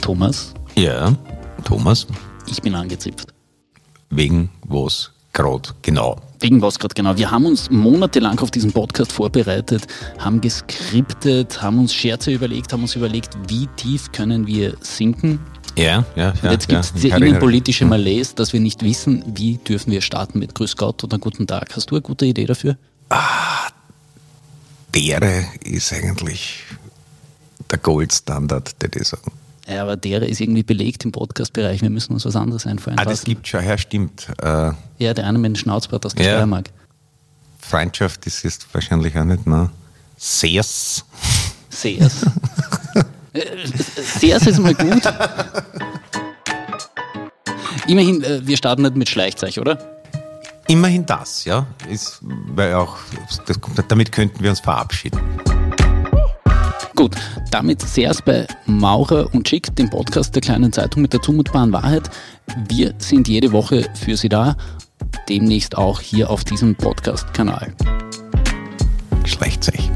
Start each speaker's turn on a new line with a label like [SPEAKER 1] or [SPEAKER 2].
[SPEAKER 1] Thomas,
[SPEAKER 2] Ja, Thomas,
[SPEAKER 1] ich bin angezipft.
[SPEAKER 2] wegen was grad genau?
[SPEAKER 1] Wegen was gerade genau? Wir haben uns monatelang auf diesen Podcast vorbereitet, haben geskriptet, haben uns Scherze überlegt, haben uns überlegt, wie tief können wir sinken.
[SPEAKER 2] Ja, ja, ja.
[SPEAKER 1] Jetzt
[SPEAKER 2] ja, Hm.
[SPEAKER 1] gibt es
[SPEAKER 2] ich
[SPEAKER 1] diese
[SPEAKER 2] erinnere-
[SPEAKER 1] innenpolitische Malaise, dass wir nicht wissen, wie dürfen wir starten mit Grüß Gott oder Guten Tag. Hast du eine gute Idee dafür?
[SPEAKER 2] Dere ist eigentlich der Goldstandard, der ich sagen.
[SPEAKER 1] Ja, aber der ist irgendwie belegt im Podcast-Bereich. Wir müssen uns was anderes einfallen
[SPEAKER 2] Ah, das
[SPEAKER 1] lassen.
[SPEAKER 2] gibt schon, ja, stimmt. Äh,
[SPEAKER 1] ja, der eine mit dem Schnauzbart aus der
[SPEAKER 2] Ja.
[SPEAKER 1] Steiermark.
[SPEAKER 2] Freundschaft ist jetzt wahrscheinlich auch nicht, ne? Sehr's.
[SPEAKER 1] Sears. Äh, Sears ist mal gut. Immerhin, äh, wir starten nicht mit Schleichzeug, oder?
[SPEAKER 2] Immerhin das, ja. Ist, weil auch, das, kommt- damit könnten wir uns verabschieden.
[SPEAKER 1] Gut, damit Sears bei Maurer und Schick, dem Podcast der kleinen Zeitung mit der zumutbaren Wahrheit. Wir sind jede Woche für Sie da, demnächst auch hier auf diesem Podcast-Kanal.
[SPEAKER 2] Schlecht sich.